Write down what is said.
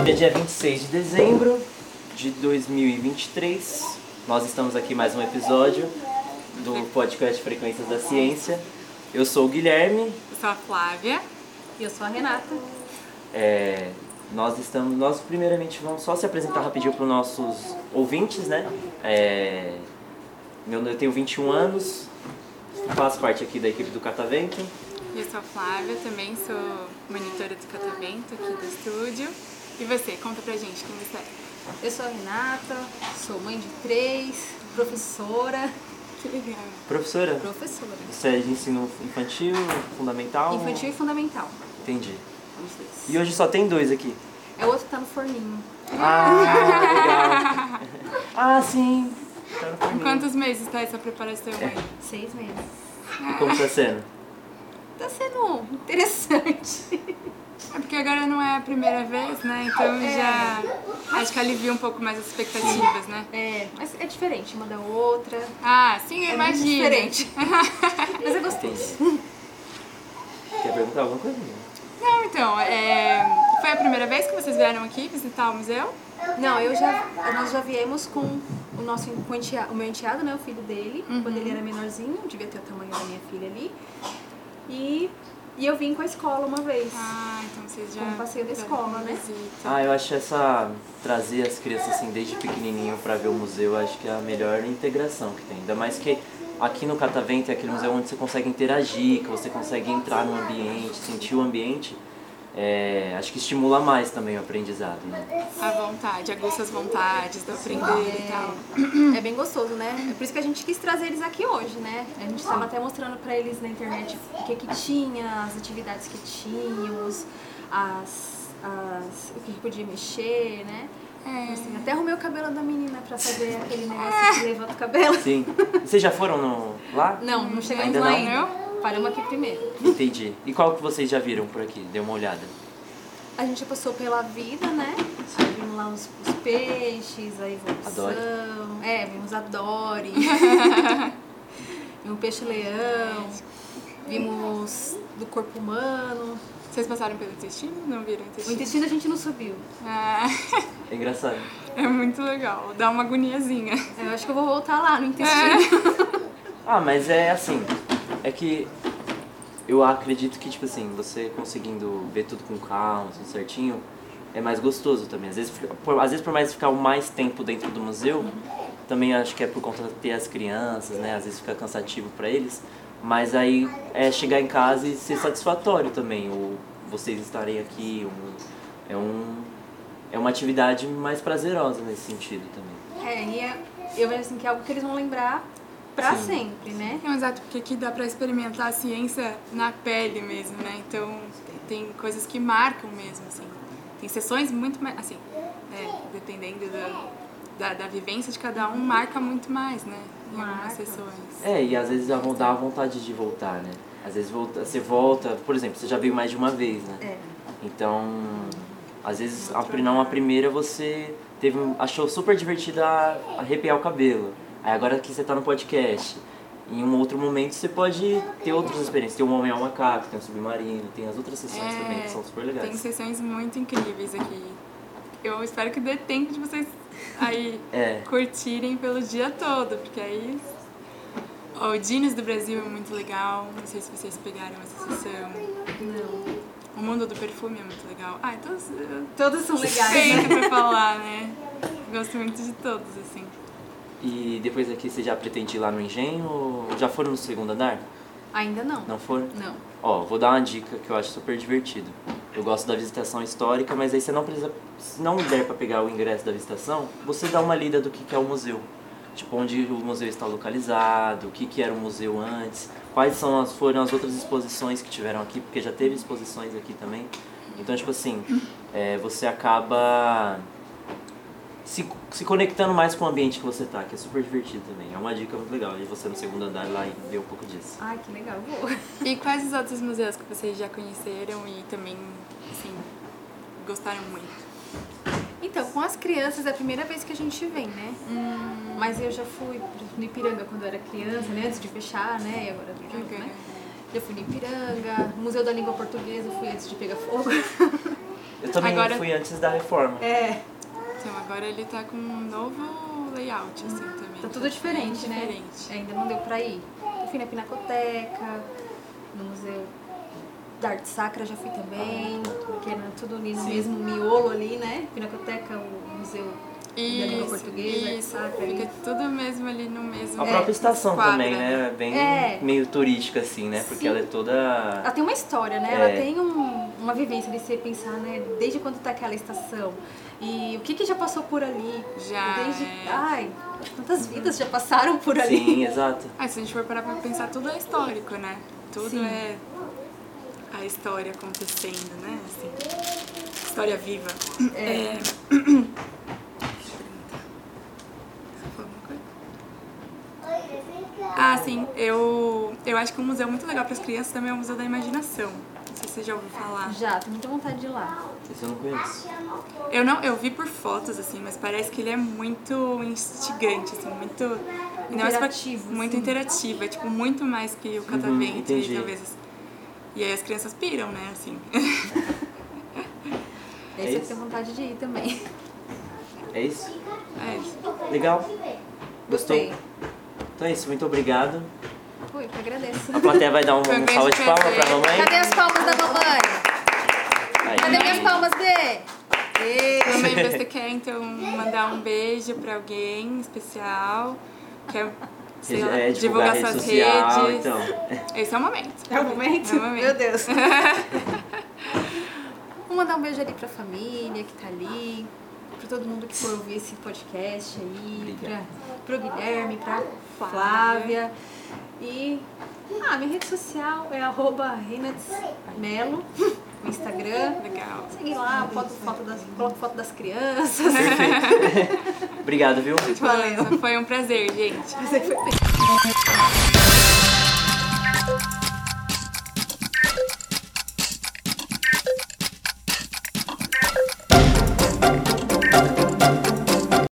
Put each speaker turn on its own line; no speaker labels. Hoje é dia 26 de dezembro de 2023. Nós estamos aqui em mais um episódio do podcast Frequências da Ciência. Eu sou o Guilherme.
Eu sou a Flávia. E eu sou a Renata.
É, nós estamos, nós primeiramente vamos só se apresentar rapidinho para os nossos ouvintes, né? É, meu, eu tenho 21 anos, faço parte aqui da equipe do Catavento.
E eu sou a Flávia, também sou monitora do catavento aqui do estúdio. E você, conta pra gente quem você é.
Eu sou a Renata, sou mãe de três, professora.
Que legal.
Professora,
Professora.
você é de ensino infantil, fundamental?
Infantil e fundamental.
Entendi.
Vamos assim.
E
ver.
hoje só tem dois aqui.
É o outro que tá no forninho.
Ah, legal. Ah, sim.
Em quantos meses tá essa preparação aí?
Seis meses.
E como tá sendo?
Tá sendo interessante.
É porque agora não é a primeira vez, né? Então
É.
já acho que alivia um pouco mais as expectativas, né?
É, mas é diferente uma da outra.
Ah, sim, eu
É muito
imagino.
diferente. mas é gostoso.
Quer perguntar alguma coisa?
Não, então, é, foi a primeira vez que vocês vieram aqui visitar o museu?
Não, eu já, nós já viemos com o nosso com o enteado, o meu enteado, né, o filho dele, quando ele era menorzinho, devia ter o tamanho da minha filha ali. E, e eu vim com a escola uma vez.
Ah, então vocês já.
Como passeio da escola, né?
Visita.
Ah, eu acho essa. trazer as crianças assim desde pequenininho pra ver o museu, eu acho que é a melhor integração que tem. Ainda mais que aqui no Catavento é aquele museu onde você consegue interagir, que você consegue entrar no ambiente, sentir o ambiente. É, acho que estimula mais também o aprendizado, né?
A vontade, aguça as vontades do aprender e tal.
É bem gostoso, né? É por isso que a gente quis trazer eles aqui hoje, né? A gente estava até mostrando pra eles na internet o que que tinha, as atividades que tínhamos, as, as- o que que podia mexer, né? Assim, até arrumei o cabelo da menina pra fazer aquele negócio que levanta o cabelo.
Sim. E Vocês já foram no, lá?
Não, não chegamos
Ainda
lá
não?
ainda. Paramos aqui primeiro.
Entendi. E qual que vocês já viram por aqui? Dê uma olhada.
A gente passou pela vida, né? Vimos lá os, os peixes, a evolução. É, vimos a Dory. vimos o peixe-leão. Vimos do corpo humano.
Vocês passaram pelo intestino? Não viram o
O
intestino?
intestino a gente não subiu.
Ah,
É engraçado.
é muito legal, dá uma agoniazinha.
Eu acho que eu vou voltar lá no intestino.
Ah, mas é assim, é que eu acredito que, tipo assim, você conseguindo ver tudo com calma, tudo certinho, é mais gostoso também. Às vezes, fi- por, às vezes por mais ficar mais tempo dentro do museu, também acho que é por conta de ter as crianças, né? Às vezes fica cansativo pra eles, mas aí é chegar em casa e ser satisfatório também, ou vocês estarem aqui, um- é um... É uma atividade mais prazerosa nesse sentido também.
É, e é- eu vejo assim que é algo que eles vão lembrar pra
Sim.
sempre, né?
Não, exato, porque aqui dá pra experimentar a ciência na pele mesmo, né? Então tem coisas que marcam mesmo, assim. Tem sessões muito mais, assim, né? dependendo da, da, da vivência de cada um, marca muito mais, né? Em algumas
Marca.
sessões.
É, e às vezes dá von- dá vontade de voltar, né? Às vezes volta, você volta, por exemplo, você já veio mais de uma vez, né?
É.
Então, às vezes, a, pri- não a primeira você teve, um- achou super divertido a- arrepiar o cabelo. Aí agora que você tá no podcast, em um outro momento você pode ter outras experiências. Tem o Homem ao Macaco, tem o Submarino, tem as outras sessões
É,
também que são super
Tem
legais.
sessões muito incríveis aqui. Eu espero que dê tempo de vocês aí
É,
curtirem pelo dia todo, porque aí Ó, o Dinos do Brasil é muito legal. Não sei se vocês pegaram essa sessão.
Não.
O mundo do perfume é muito legal. Ah, então eu
Todas são legais. né?
suspeito pra falar, né? Gosto muito de todos, assim.
e depois aqui você já pretende ir lá no engenho? ou Já foram no segundo andar?
Ainda não.
Não foram?
Não.
Ó, vou dar uma dica que eu acho super divertido. Eu gosto da visitação histórica, mas aí você não precisa. Se não der pra pegar o ingresso da visitação, você dá uma lida do que, que é o museu. Tipo, onde o museu está localizado, o que, que era o museu antes, quais são as, foram as outras exposições que tiveram aqui, porque já teve exposições aqui também. Então, tipo assim, é, você acaba se, se conectando mais com o ambiente que você tá, que é super divertido também. É uma dica muito legal. E você no segundo andar lá e ver um pouco disso.
Ai, que legal, eu vou.
E quais os outros museus que vocês já conheceram e também, assim, gostaram muito?
Então, com as crianças é a primeira vez que a gente vem, né?
Hum.
Mas eu já fui no Ipiranga quando eu era criança, né? Antes de fechar, né? E agora abriu de novo,
Ok.
né? Já fui no Ipiranga, Museu da Língua Portuguesa, eu fui antes de pegar fogo.
Eu também
Agora-
fui antes da reforma.
É,
Então agora ele tá com um novo layout, assim, também.
tá tudo diferente, né?
Diferente.
Ainda não deu pra ir. Eu fui na Pinacoteca, no Museu da Arte Sacra já fui também, porque era tudo ali no mesmo miolo ali, né? Pinacoteca, o Museu da Língua Portuguesa, Arte
isso.
Sacra. ali.
Fica tudo mesmo ali no mesmo
A própria estação
quadro,
também, né? É Bem
É.
meio turística, assim, né? Porque
Sim.
ela é toda.
Ela tem uma história, né?
É.
Ela tem um- uma vivência de você pensar, né? Desde quando tá aquela estação. E o que que já passou por ali?
Já,
Desde...
é.
Ai, quantas vidas já passaram por ali?
Sim, exato.
Ah, se a gente for parar pra pensar, tudo é histórico, né? Tudo
Sim.
é a história acontecendo, né? Assim, história viva. É. Deixa eu perguntar. Você falou alguma coisa? Ah, sim. Eu, eu acho que um museu muito legal para as crianças também é o Museu da Imaginação. Não sei se você já ouviu falar.
Já, tenho muita vontade de ir lá.
Isso eu não conheço.
Eu não, eu vi por fotos assim, mas parece que ele é muito instigante, assim, muito ainda mais pra-
Interativo,
muito
sim.
interativo, é tipo muito mais que o catavento e
entendi.
talvez. E aí as crianças piram, né, assim.
É
Esse eu
isso?
tenho vontade de ir também.
É isso?
É isso.
Legal. Gostou?
Gostei.
Então é isso, muito obrigado.
Fui, eu que agradeço.
A plateia vai dar um,
Foi um
um
grande
salve de palmas pra
prazer.
mamãe.
Cadê as palmas da mamãe?
Aí.
Cadê minhas palmas, Bê? Ê,
Também você quer então mandar um beijo pra alguém especial, quer sei lá,
É, divulgar, a rede
suas
social,
redes.
então.
Esse é o momento.
É o momento?
É o momento.
Meu Deus. Vou mandar um beijo ali pra família que tá ali, pra todo mundo que for ouvir esse podcast aí, pra, pro Guilherme, pra Flávia. E ah, minha rede social é arroba Melo no Instagram.
Legal.
Segue lá, eu boto foto das, coloco foto das crianças.
Obrigado, viu?
Valeu.
Foi um prazer, gente.